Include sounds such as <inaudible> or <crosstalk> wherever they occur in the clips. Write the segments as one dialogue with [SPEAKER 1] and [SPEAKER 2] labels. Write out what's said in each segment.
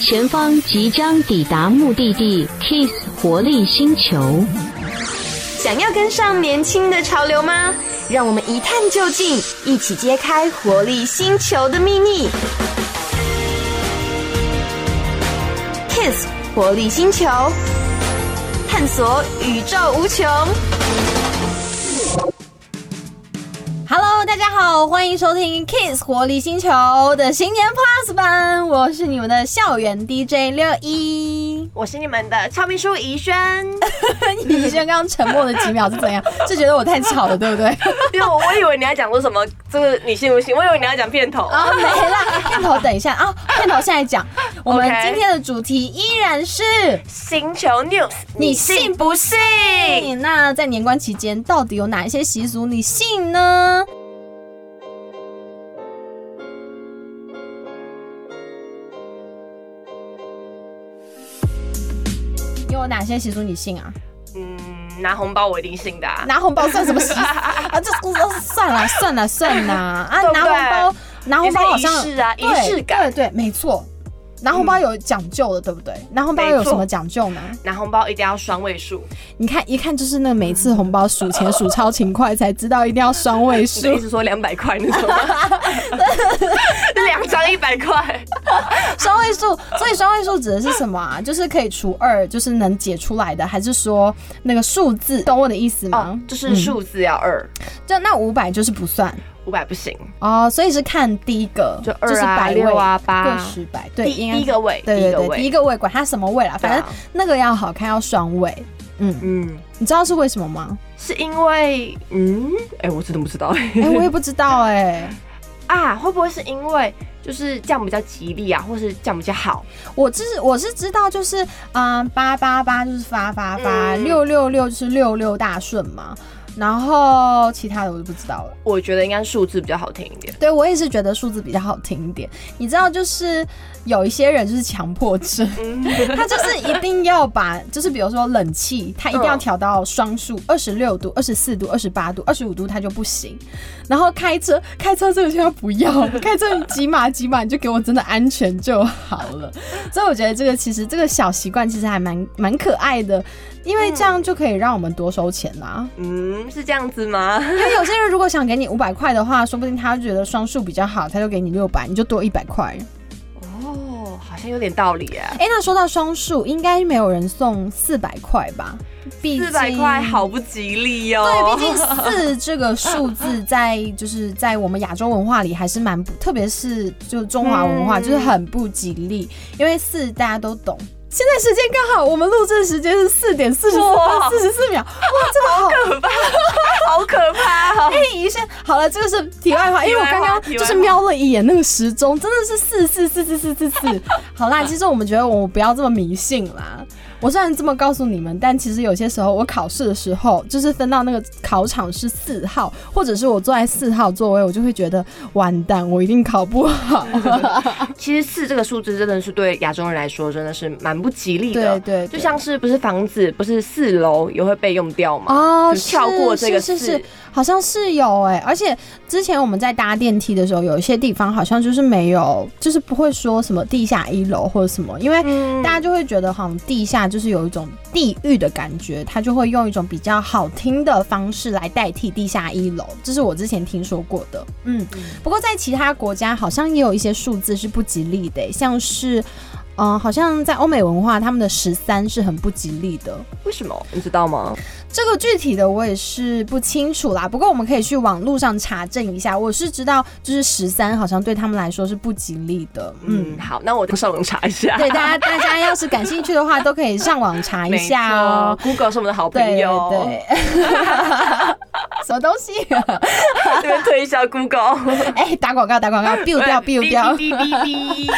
[SPEAKER 1] 前方即将抵达目的地 Kiss 活力星球。
[SPEAKER 2] 想要跟上年轻的潮流吗？让我们一探究竟，一起揭开活力星球的秘密。Kiss 活力星球，探索宇宙无穷。
[SPEAKER 3] Hello，大家好，欢迎收听 Kiss 活力星球的新年 Plus 版，我是你们的校园 DJ 六一。
[SPEAKER 4] 我是你们的超秘书怡轩，
[SPEAKER 3] 你现在刚刚沉默了几秒是怎 <laughs> 样？是觉得我太吵了，对不对？
[SPEAKER 4] 因为我我以为你要讲说什么，这个你信不信？我以为你要讲片头。
[SPEAKER 3] 啊，没啦， <laughs> 片头等一下啊，片头现在讲。我们
[SPEAKER 4] OK
[SPEAKER 3] 今天的主题依然是
[SPEAKER 4] 星球 news，
[SPEAKER 3] 你信
[SPEAKER 4] 不信？
[SPEAKER 3] 哎那在年关期间，到底有哪一些习俗你信呢？有哪些习俗你信啊？
[SPEAKER 4] 嗯，拿红包我一定信的、啊。
[SPEAKER 3] 拿红包算什么
[SPEAKER 4] <laughs>
[SPEAKER 3] 习俗啊？这这算了算了算了啊！
[SPEAKER 4] 对不
[SPEAKER 3] 拿
[SPEAKER 4] 对
[SPEAKER 3] 红包，拿红包好像
[SPEAKER 4] 也是仪式啊
[SPEAKER 3] 对
[SPEAKER 4] 仪式感
[SPEAKER 3] 对对，没错。拿红包有讲究的，对不对？拿红包有什么讲究呢？
[SPEAKER 4] 拿红包一定要双位数，
[SPEAKER 3] 你看一看就是那每次红包数钱数超勤快，才知道一定要双位
[SPEAKER 4] 你
[SPEAKER 3] 数。
[SPEAKER 4] 的意思说两百块那
[SPEAKER 3] <laughs>
[SPEAKER 4] 种吗？两张一百块，
[SPEAKER 3] 双位数，所以双位数指的是什么啊？就是可以除二，就是能解出来的，还是说那个数字？懂我的意思吗？
[SPEAKER 4] 哦就是数字要二，
[SPEAKER 3] 就那五百就是不算
[SPEAKER 4] 五百不行，
[SPEAKER 3] 哦，所以是看第一个，
[SPEAKER 4] 就二
[SPEAKER 3] 是
[SPEAKER 4] 啊、
[SPEAKER 3] 百位
[SPEAKER 4] 六啊、八
[SPEAKER 3] 对
[SPEAKER 4] 啊，
[SPEAKER 3] 十百，对，
[SPEAKER 4] 第
[SPEAKER 3] 应该
[SPEAKER 4] 第一个位，
[SPEAKER 3] 对
[SPEAKER 4] 第一
[SPEAKER 3] 对
[SPEAKER 4] 个
[SPEAKER 3] 对，第一
[SPEAKER 4] 位，
[SPEAKER 3] 个位，管它什么位啦，
[SPEAKER 4] 对
[SPEAKER 3] 反
[SPEAKER 4] 啊
[SPEAKER 3] 正那个要好看，要双位。嗯，
[SPEAKER 4] 嗯，
[SPEAKER 3] 你知道是为什么
[SPEAKER 4] <laughs>
[SPEAKER 3] 吗？
[SPEAKER 4] 是因为嗯，哎，我真的不知道
[SPEAKER 3] 哎、我也不知道哎、
[SPEAKER 4] 啊，会不会是因为就是这样比较吉利啊，或是这样比较好？
[SPEAKER 3] 我只是我是知道，就是嗯，八八八就是发发发，
[SPEAKER 4] 嗯
[SPEAKER 3] 六六六就是六六大顺嘛，然后其他的我就不知道了。
[SPEAKER 4] 我觉得应该数字比较好听一点。
[SPEAKER 3] 对我也是觉得数字比较好听一点。你知道，就是有一些人就是强迫症， <laughs> 他就是一定要把，就是比如说冷气，他一定要调到双数，二十六度、二十四度、二十八度、二十五度，他就不行。然后开车，开车这个就要不要，开车你几码几码，你就给我真的安全就好了。所以我觉得这个其实这个小习惯其实还蛮蛮可爱的，因为这样就可以让我们多收钱啦、
[SPEAKER 4] 嗯，是这样子吗？
[SPEAKER 3] 因为有些人如果想给你五百块的话，说不定他觉得双数比较好，他就给你六百，你就多一百块。
[SPEAKER 4] 哦，好像有点道理哎。
[SPEAKER 3] 哎、那说到双数，应该没有人送四百块吧？毕竟
[SPEAKER 4] 四百块。好不吉利哦。
[SPEAKER 3] 对，毕竟
[SPEAKER 4] <laughs>
[SPEAKER 3] 四这个数字在就是在我们亚洲文化里还是蛮不，特别是就中华文化、
[SPEAKER 4] 嗯
[SPEAKER 3] 就是很不吉利，因为四大家都懂。现在时间刚好，我们录制时间是四点四十
[SPEAKER 4] 哇
[SPEAKER 3] 四十四秒，哇，这个好
[SPEAKER 4] 可怕，好可
[SPEAKER 3] <laughs>
[SPEAKER 4] 怕、哦。
[SPEAKER 3] 哎，一下，好了，这个是题外话，因为我刚刚
[SPEAKER 4] 题外话
[SPEAKER 3] 就是瞄了一眼那个时钟，真的是四四四四四四
[SPEAKER 4] <laughs>
[SPEAKER 3] 四。好啦，其实我们觉得我不要这么迷信啦。我虽然这么告诉你们，但其实有些时候我考试的时候，就是分到那个考场是四号，或者是我坐在四号座位，我就会觉得完蛋，我一定考不
[SPEAKER 4] <laughs>
[SPEAKER 3] 好。
[SPEAKER 4] 其实四这个数字真的是对亚洲人来说真的是蛮不吉利
[SPEAKER 3] 对
[SPEAKER 4] 的。
[SPEAKER 3] 对，
[SPEAKER 4] 就像是不是房子不是四楼也会被用掉吗？
[SPEAKER 3] 哦，
[SPEAKER 4] 就跳过
[SPEAKER 3] 是
[SPEAKER 4] 这个
[SPEAKER 3] 是是
[SPEAKER 4] 四
[SPEAKER 3] 是，好像是有哎、而且之前我们在搭电梯的时候，有一些地方好像就是没有，就是不会说什么地下一楼或者什么，因为
[SPEAKER 4] 嗯
[SPEAKER 3] 大家就会觉得好像地下就是有一种地狱的感觉，他就会用一种比较好听的方式来代替地下一楼，这是我之前听说过的。嗯，不过在其他国家好像也有一些数字是不吉利的、像是。嗯，好像在欧美文化，他们的十三是很不吉利的。
[SPEAKER 4] 为什么你知道吗？
[SPEAKER 3] 这个具体的我也是不清楚啦，不过我们可以去网络上查证一下。我是知道，就是十三好像对他们来说是不吉利的，嗯。
[SPEAKER 4] 嗯，好，那我上网查一 <laughs> 下。
[SPEAKER 3] 对，大家大家要是感兴趣的话，都可以上网查一
[SPEAKER 4] 没
[SPEAKER 3] 下哦
[SPEAKER 4] 错。，Google 是我们的好朋
[SPEAKER 3] 对
[SPEAKER 4] 友，
[SPEAKER 3] 对 <laughs> 对，什么东西、
[SPEAKER 4] 对 <laughs> 这边推一下 Google。哎
[SPEAKER 3] 哎、打广告打
[SPEAKER 4] <laughs>
[SPEAKER 3] 广告，biu 掉 biu 掉。
[SPEAKER 4] 哔哔哔哔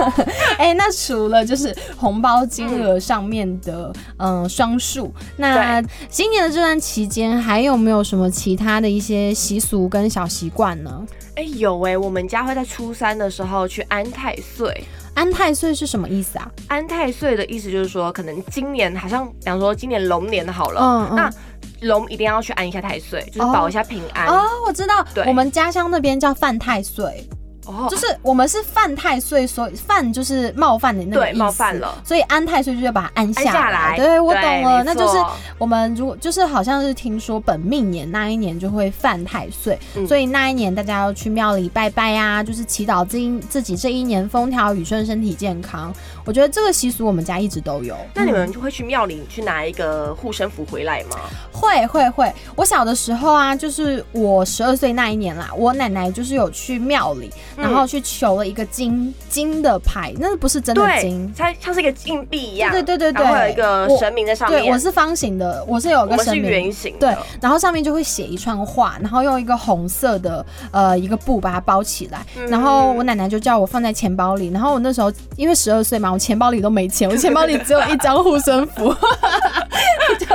[SPEAKER 4] <laughs>
[SPEAKER 3] 哎、那除了就是红包金额上面的嗯双数，那新年的这段期间，还有没有什么其他的一些习俗跟小习惯呢？
[SPEAKER 4] 哎、有哎、我们家会在初三的时候去安太岁。
[SPEAKER 3] 安太岁是什么意思啊？
[SPEAKER 4] 安太岁的意思就是说，可能今年好像，比方说今年龙年好了，
[SPEAKER 3] 嗯嗯
[SPEAKER 4] 那龙一定要
[SPEAKER 3] 哦
[SPEAKER 4] 去安一下太岁，就是保一下平安。
[SPEAKER 3] 哦，我知道
[SPEAKER 4] 对，
[SPEAKER 3] 我们家乡那边叫犯太岁。
[SPEAKER 4] 哦，
[SPEAKER 3] 就是我们是犯太岁，所以犯就是冒犯的那个
[SPEAKER 4] 对
[SPEAKER 3] 意思
[SPEAKER 4] 冒犯了
[SPEAKER 3] 所以安太岁就是要把它安下
[SPEAKER 4] 安下来
[SPEAKER 3] 对我
[SPEAKER 4] 对
[SPEAKER 3] 懂了，那
[SPEAKER 4] 没
[SPEAKER 3] 就
[SPEAKER 4] 错
[SPEAKER 3] 是我们如果就是好像是听说本命年那一年就会犯太岁，
[SPEAKER 4] 嗯
[SPEAKER 3] 所以那一年大家要去庙里拜拜啊，就是祈祷自己自己这一年风调雨顺、身体健康。我觉得这个习俗我们家一直都有。
[SPEAKER 4] 那你们就会去庙里去拿一个护身符回来吗？
[SPEAKER 3] 会会会，我小的时候啊，就是我十二岁那一年啦，我奶奶就是有去庙里，
[SPEAKER 4] 嗯
[SPEAKER 3] 然后去求了一个金金的牌，那不是真的金
[SPEAKER 4] 对，。它像是一个硬币一样，
[SPEAKER 3] 对对对对对
[SPEAKER 4] 然后会有一个神明在上面。
[SPEAKER 3] 对，我是方形的，我是有
[SPEAKER 4] 我
[SPEAKER 3] 个
[SPEAKER 4] 们
[SPEAKER 3] 神
[SPEAKER 4] 是
[SPEAKER 3] 明
[SPEAKER 4] 圆。形
[SPEAKER 3] 对
[SPEAKER 4] 的，，
[SPEAKER 3] 然后上面就会写一串话，然后用一个红色的呃一个布把它包起来，
[SPEAKER 4] 嗯
[SPEAKER 3] 然后我奶奶就叫我放在钱包里，然后我那时候因为十二岁嘛，我钱包里都没钱，我钱包里只有一张护身符， <laughs> 就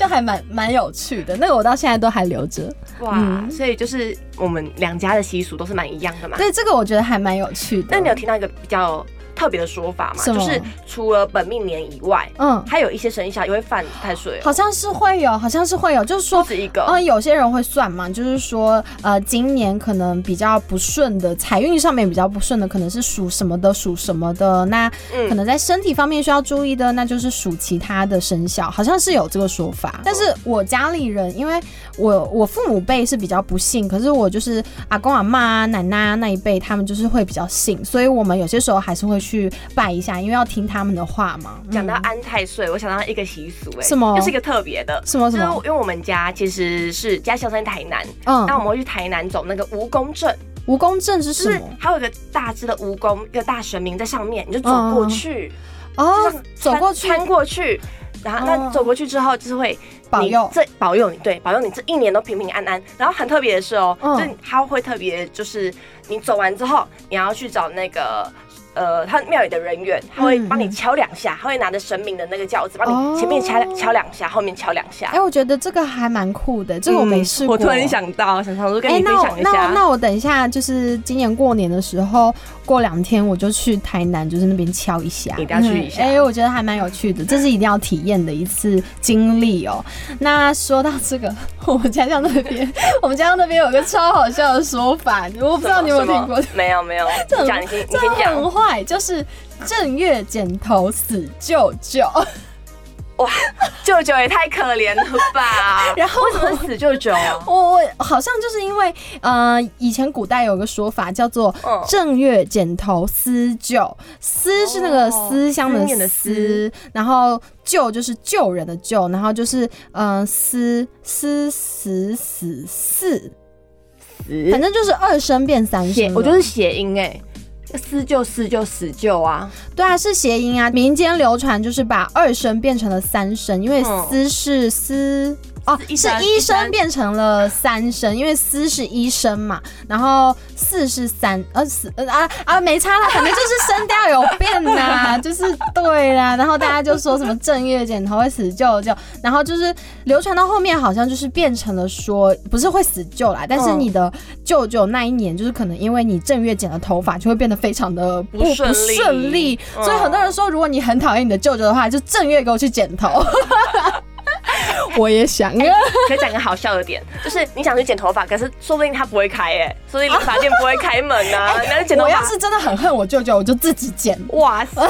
[SPEAKER 3] 就还蛮蛮有趣的，那个我到现在都还留着。
[SPEAKER 4] 哇，所以就是我们两家的习俗都是蛮一样的嘛。
[SPEAKER 3] 嗯对，这个我觉得还蛮有趣的。
[SPEAKER 4] 那你有听到一个比较特别的说法吗？
[SPEAKER 3] 什么
[SPEAKER 4] 就是除了本命年以外，
[SPEAKER 3] 嗯，
[SPEAKER 4] 还有一些生肖也会犯太岁哦，
[SPEAKER 3] 好像是会有，好像是会有，就是
[SPEAKER 4] 不
[SPEAKER 3] 说
[SPEAKER 4] 止一个。
[SPEAKER 3] 嗯，有些人会算嘛，就是说，呃，今年可能比较不顺的，财运上面比较不顺的，可能是属什么的，属什么的。那
[SPEAKER 4] 嗯
[SPEAKER 3] 可能在身体方面需要注意的，那就是属其他的生肖，好像是有这个说
[SPEAKER 4] 哦
[SPEAKER 3] 法。但是我家里人，因为我我父母辈是比较不信，可是我就是阿公阿妈啊、奶奶啊那一辈，他们就是会比较信，所以我们有些时候还是会去拜一下，因为要听他们的话嘛。嗯
[SPEAKER 4] 讲到安太岁，我想到一个习俗、哎，
[SPEAKER 3] 什么啊
[SPEAKER 4] 又是一个特别的，
[SPEAKER 3] 什么什么
[SPEAKER 4] 就是因为我们家其实是家乡在台南，
[SPEAKER 3] 嗯
[SPEAKER 4] 那我们会去台南走那个蜈蚣阵，
[SPEAKER 3] 蜈蚣阵是
[SPEAKER 4] 就
[SPEAKER 3] 什
[SPEAKER 4] 是
[SPEAKER 3] 么？
[SPEAKER 4] 还有一个大只的蜈蚣，一个大神明在上面，你就走过去，
[SPEAKER 3] 哦
[SPEAKER 4] 就，
[SPEAKER 3] 嗯走过去
[SPEAKER 4] 穿过去，然后
[SPEAKER 3] 哦
[SPEAKER 4] 那走过去之后就是会
[SPEAKER 3] 保
[SPEAKER 4] 你
[SPEAKER 3] 佑
[SPEAKER 4] 这保佑你，对，保佑你这一年都平平安安。然后很特别的是哦，
[SPEAKER 3] 嗯
[SPEAKER 4] 就是他会特别就是你走完之后，你要去找那个。呃，他庙里的人员，他会
[SPEAKER 3] 嗯
[SPEAKER 4] 帮你
[SPEAKER 3] 嗯
[SPEAKER 4] 敲两下，他会拿着神明的那个轿子，帮
[SPEAKER 3] 哦
[SPEAKER 4] 你前面敲两敲两下，后面敲两下
[SPEAKER 3] 哎、。我觉得这个还蛮酷的，这个我没试过。
[SPEAKER 4] 嗯我突然，想到，想想说跟
[SPEAKER 3] 哎、
[SPEAKER 4] 你分
[SPEAKER 3] 那我
[SPEAKER 4] 享一
[SPEAKER 3] 那我
[SPEAKER 4] 下。
[SPEAKER 3] 那我等一下，就是今年过年的时候，过两天我就去台南，就是那边敲一下，
[SPEAKER 4] 一定要去一下
[SPEAKER 3] 嗯哎、我觉得还蛮有趣的，这是一定要体验的一次经历哦。那说到这个， <laughs> 我们家乡那边，我们家乡那边有个超好笑的说法，我不知道你有没有听过
[SPEAKER 4] 什么。没有没有，
[SPEAKER 3] <laughs> 这
[SPEAKER 4] 你讲你先你
[SPEAKER 3] 这
[SPEAKER 4] 先
[SPEAKER 3] 很
[SPEAKER 4] 讲。
[SPEAKER 3] 坏，就是正月剪头死舅舅。 <laughs>
[SPEAKER 4] 哇，舅舅也太可怜了
[SPEAKER 3] <laughs>
[SPEAKER 4] 吧！
[SPEAKER 3] 然后
[SPEAKER 4] 为什么是死舅舅啊？
[SPEAKER 3] 我我好像就是因为呃，以前古代有个说法叫做
[SPEAKER 4] 嗯
[SPEAKER 3] “正月剪头思旧”，思是那个思乡
[SPEAKER 4] 思
[SPEAKER 3] 的
[SPEAKER 4] 念的
[SPEAKER 3] 思，然后旧就是救人的救，然后就是嗯思思死死四，反正就是二声变三
[SPEAKER 4] 谐，
[SPEAKER 3] 声。
[SPEAKER 4] 我觉得是谐音哎、施救施救死救啊，
[SPEAKER 3] 对啊，是谐音啊。民间流传就是把二声变成了三声，因为
[SPEAKER 4] 嗯
[SPEAKER 3] 思是思。哦，
[SPEAKER 4] 一
[SPEAKER 3] 是
[SPEAKER 4] 声
[SPEAKER 3] 一
[SPEAKER 4] 一
[SPEAKER 3] 声
[SPEAKER 4] 声
[SPEAKER 3] 变成了三声，因为思是一声嘛，然后四是三，呃四呃啊啊没差啦，反正就是声调有变
[SPEAKER 4] <laughs>
[SPEAKER 3] 呐、就是对啦。然后大家就说什么正月剪头会死舅舅，然后就是流传到后面好像就是变成了说不是会死舅啦，但是
[SPEAKER 4] 嗯
[SPEAKER 3] 你的舅舅那一年就是可能因为你正月剪了头发，就会变得非常的不
[SPEAKER 4] 不顺利
[SPEAKER 3] 顺利，
[SPEAKER 4] 嗯
[SPEAKER 3] 所以很多人说，如果你很讨厌你的舅舅的话，就正月给我去剪头。 <laughs> 我也想，
[SPEAKER 4] 哎 <laughs> 可以讲个好笑的点，就是你想去剪头发，可是说不定他不会开哎、说不定理发店不会开门 <laughs> 啊，那就剪头
[SPEAKER 3] 我
[SPEAKER 4] 发
[SPEAKER 3] 要。是真的很恨我舅舅，我就自己剪。
[SPEAKER 4] 哇塞！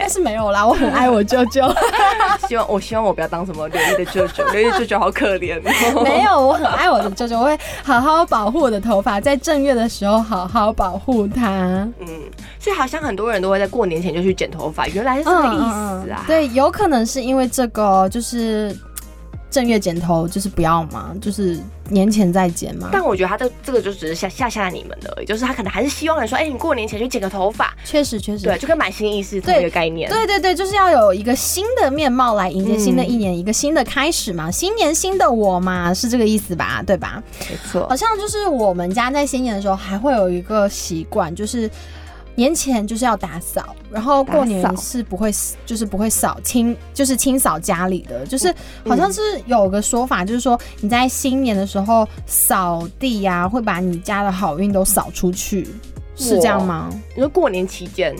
[SPEAKER 3] 但是没有啦，我很爱我舅舅。
[SPEAKER 4] <laughs> 希望我希望我不要当什么刘毅的舅 <laughs> 舅，刘毅舅舅好可怜
[SPEAKER 3] 没
[SPEAKER 4] 哦。
[SPEAKER 3] 有，我很爱我的舅舅，我会好好保护我的头发，在正月的时候好好保护它。
[SPEAKER 4] 嗯，所以好像很多人都会在过年前就去剪头发，原来是这个意思啊。
[SPEAKER 3] 嗯对，有可能是因为这个哦，就是正月剪头，就是不要嘛，就是年前再剪嘛。
[SPEAKER 4] 但我觉得他这这个就只是吓吓吓你们的而已，就是他可能还是希望你说，哎、你过年前去剪个头发，
[SPEAKER 3] 确实，确实，
[SPEAKER 4] 嗯对，就跟买新衣是同一个概念。
[SPEAKER 3] 对对对，就是要有一个新的面貌来迎接新的
[SPEAKER 4] 嗯
[SPEAKER 3] 一年，一个新的开始嘛，新年新的我嘛，是这个意思吧？对吧？
[SPEAKER 4] 没错
[SPEAKER 3] 好。像就是我们家在新年的时候还会有一个习惯，就是。年前就是要打扫，然后过
[SPEAKER 4] 打
[SPEAKER 3] 年
[SPEAKER 4] 扫
[SPEAKER 3] 是不会，就是不会扫清，就是清扫家里的，就是
[SPEAKER 4] 嗯
[SPEAKER 3] 好像是有个说法，就是说你在新年的时候扫地呀、会把你家的好运都扫出去，是这样吗？
[SPEAKER 4] 你说过年期间，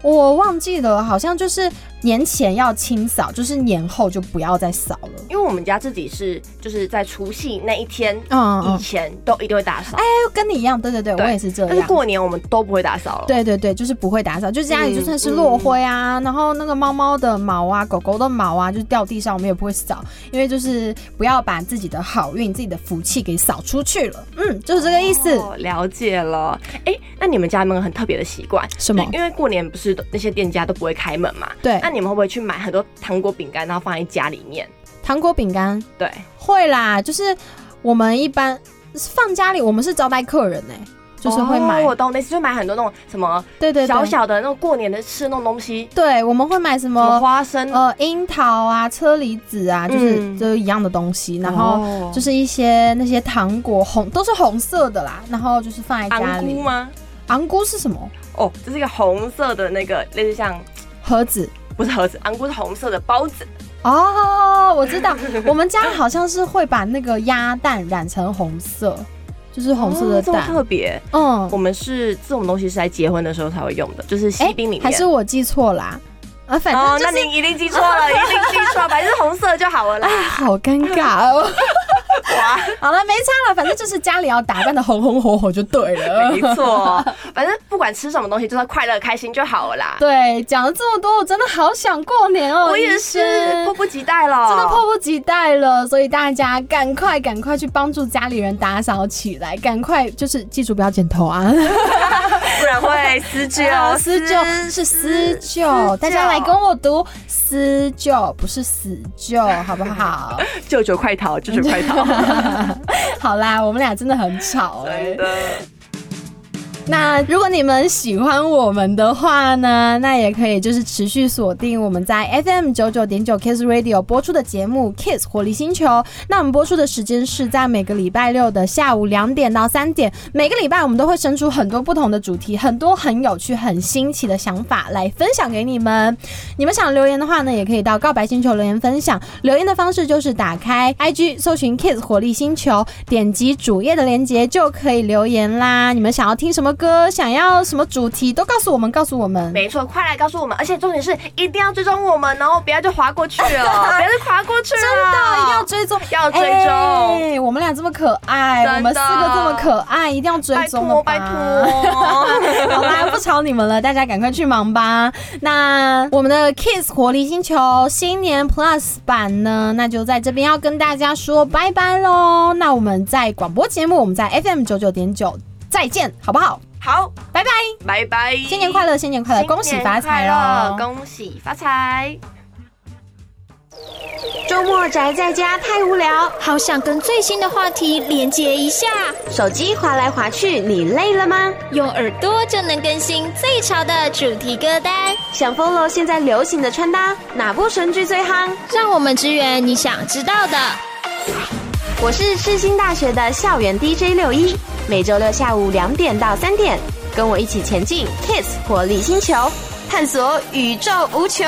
[SPEAKER 3] 我忘记了，好像就是年前要清扫，就是年后就不要再扫了。
[SPEAKER 4] 因为我们家自己是就是在除夕那一天
[SPEAKER 3] 嗯嗯
[SPEAKER 4] 以前都一定会打扫，
[SPEAKER 3] 哎，跟你一样，对对对，
[SPEAKER 4] 对
[SPEAKER 3] 我也是这
[SPEAKER 4] 但是
[SPEAKER 3] 样。
[SPEAKER 4] 过年我们都不会打扫了。
[SPEAKER 3] 对对对，就是不会打扫，就家里
[SPEAKER 4] 嗯
[SPEAKER 3] 就算是落灰啊，然后那个猫猫的毛啊、狗狗的毛啊，就是掉地上，我们也不会扫，因为就是不要把自己的好运、自己的福气给扫出去了。嗯，就是这个意思。
[SPEAKER 4] 哦，了解了。哎、那你们家有没有很特别的习惯？
[SPEAKER 3] 什么
[SPEAKER 4] 就因为啊过年不是都那些店家都不会开门嘛？
[SPEAKER 3] 对
[SPEAKER 4] 那你们会不会去买很多糖果饼干，然后放在家里面？
[SPEAKER 3] 糖果、饼干
[SPEAKER 4] 对，
[SPEAKER 3] 会啦，就是我们一般放家里，我们是招待客人呢、欸就是会买，
[SPEAKER 4] 哦、我懂，那次就买很多那种什么
[SPEAKER 3] 对对对，
[SPEAKER 4] 小小的那种过年的吃的那种东西，
[SPEAKER 3] 对，我们会买什
[SPEAKER 4] 什么
[SPEAKER 3] 么
[SPEAKER 4] 花生，
[SPEAKER 3] 呃樱桃啊、车厘子啊，就是、
[SPEAKER 4] 嗯
[SPEAKER 3] 就是一样的东西，然后
[SPEAKER 4] 哦
[SPEAKER 3] 就是一些那些糖果红都是红色的啦，然后就是放在家
[SPEAKER 4] 昂
[SPEAKER 3] 里
[SPEAKER 4] 菇。啊吗？
[SPEAKER 3] 昂菇是什么？
[SPEAKER 4] 哦，这是一个红色的那个类似像
[SPEAKER 3] 盒子。
[SPEAKER 4] 不是盒子，昂菇是红色的包子。
[SPEAKER 3] 哦，我知
[SPEAKER 4] <laughs>
[SPEAKER 3] 道，我们家好像是会把那个鸭蛋染成红色，就是红色
[SPEAKER 4] 哦
[SPEAKER 3] 的
[SPEAKER 4] 这么
[SPEAKER 3] 蛋。
[SPEAKER 4] 特别。
[SPEAKER 3] 嗯，
[SPEAKER 4] 我们是这种东西是在结婚的时候才会用的，就是
[SPEAKER 3] 哎
[SPEAKER 4] 喜饼里面。
[SPEAKER 3] 还是我记错啦？啊，反正
[SPEAKER 4] 哦，
[SPEAKER 3] 就
[SPEAKER 4] 那
[SPEAKER 3] 是、
[SPEAKER 4] 你一定记
[SPEAKER 3] <laughs>
[SPEAKER 4] 错了，一定记错了，反正是红色就好了啦。
[SPEAKER 3] 啊好尴尬哦。
[SPEAKER 4] <laughs> 哇，
[SPEAKER 3] <laughs> 好了，没差了，反正就是家里要打扮的红红火火就对了。
[SPEAKER 4] 没错，反正不管吃什么东西，就是快乐开心就好了啦。
[SPEAKER 3] <laughs> 对，讲了这么多，我真的好想过年哦，
[SPEAKER 4] 我也
[SPEAKER 3] 医
[SPEAKER 4] 是
[SPEAKER 3] 生
[SPEAKER 4] 迫不及待了，
[SPEAKER 3] 真的迫不及待了，所以大家赶快赶快去帮助家里人打扫起来，赶快就是记住不要剪头
[SPEAKER 4] <laughs>
[SPEAKER 3] 啊，，
[SPEAKER 4] 不然会施救
[SPEAKER 3] 啊 <laughs> 施救是施救，大家来跟我读施救，不是死救，好不好？ <laughs>
[SPEAKER 4] 舅舅快逃，舅舅快逃，
[SPEAKER 3] 好啦，我们俩真的很吵哎、
[SPEAKER 4] 真的。
[SPEAKER 3] 那如果你们喜欢我们的话呢，那也可以就是持续锁定我们在 FM 九九点九 Kiss Radio 播出的节目《Kiss 活力星球》。那我们播出的时间是在每个礼拜六的下午两点到三点。每个礼拜我们都会生出很多不同的主题，很多很有趣、很新奇的想法来分享给你们。你们想留言的话呢，也可以到告白星球留言分享。留言的方式就是打开 IG 搜寻 Kids 活力星球，点击主页的链接就可以留言啦。你们想要听什么歌，想要什么主题，都告诉我们，告诉我们。
[SPEAKER 4] 没错，快来告诉我们！而且重点是一定要追踪我们哦，不要就划
[SPEAKER 3] <laughs>
[SPEAKER 4] 过去哦，不要就划过去了，
[SPEAKER 3] 真的一定要追踪，
[SPEAKER 4] 要追踪
[SPEAKER 3] 哎我们俩这么可爱，
[SPEAKER 4] 真的
[SPEAKER 3] 我们四个这么可爱，一定要追
[SPEAKER 4] 拜
[SPEAKER 3] 踪了
[SPEAKER 4] 托
[SPEAKER 3] 吧
[SPEAKER 4] 拜
[SPEAKER 3] <laughs>
[SPEAKER 4] 托。
[SPEAKER 3] 好啦，不吵你们了，大家赶快去忙吧。那我们的 Kiss 活力星球新年 Plus 版呢，那就在这边要跟大家说拜拜喽。那我们在广播节目，我们在 FM 九九点九再见，好不好？
[SPEAKER 4] 好，
[SPEAKER 3] 拜拜，
[SPEAKER 4] 拜拜，
[SPEAKER 3] 新年快乐，新年快乐，恭喜发财哦
[SPEAKER 4] 了，
[SPEAKER 3] 喽！
[SPEAKER 4] 恭喜发财。
[SPEAKER 2] 周末宅在家太无聊，好想跟最新的话题连接一下。手机滑来滑去，你累了吗？
[SPEAKER 5] 用耳朵就能更新最潮的主题歌单，
[SPEAKER 2] 想 follow 现在流行的穿搭，哪部神剧最夯？
[SPEAKER 5] 让我们支援你想知道的。
[SPEAKER 2] 我是世新大学的校园 DJ 六一，每周六下午两点到三点，跟我一起前进 Kiss 活力星球，探索宇宙无穷。